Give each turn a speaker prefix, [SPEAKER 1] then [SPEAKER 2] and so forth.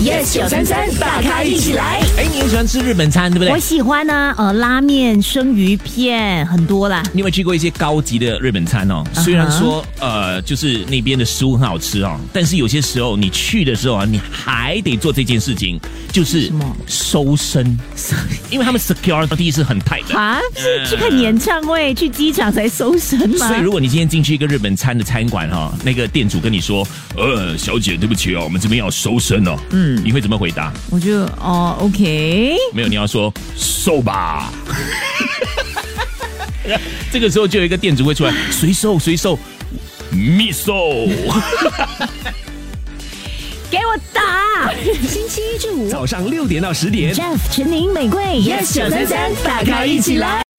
[SPEAKER 1] yes 九三三，大咖一起来。
[SPEAKER 2] 哎，你很喜欢吃日本餐，对不
[SPEAKER 3] 我
[SPEAKER 2] 对？
[SPEAKER 3] 喜欢呢，呃，拉面、生鱼片很多啦。
[SPEAKER 2] 你有没有去过一些高级的日本餐哦？虽然说呃，就是那边的食物很好吃哦，但是有些时候你去的时候啊，你还得做这件事情，就是
[SPEAKER 3] 什么
[SPEAKER 2] 收身，因为他们 security 是很 tight 的。
[SPEAKER 3] 啊，是去看演唱会、去机场才搜身吗
[SPEAKER 2] 嗯所？以，如果你今天进去一个日本餐的餐馆哈、那个店主跟你说：“呃，小姐，对不起哦，我们这边要收身哦。”嗯，你会怎么回答？
[SPEAKER 3] 我就哦，OK，
[SPEAKER 2] 没有，你要说瘦吧。 这个时候就有一个店主会出来，谁瘦谁瘦，密瘦。
[SPEAKER 3] 给我打
[SPEAKER 1] 星期一至五
[SPEAKER 4] 早上六点到十点，
[SPEAKER 3] ！Jeff、陈宁、玫瑰
[SPEAKER 1] ，yes 九三三，大咖一起来。。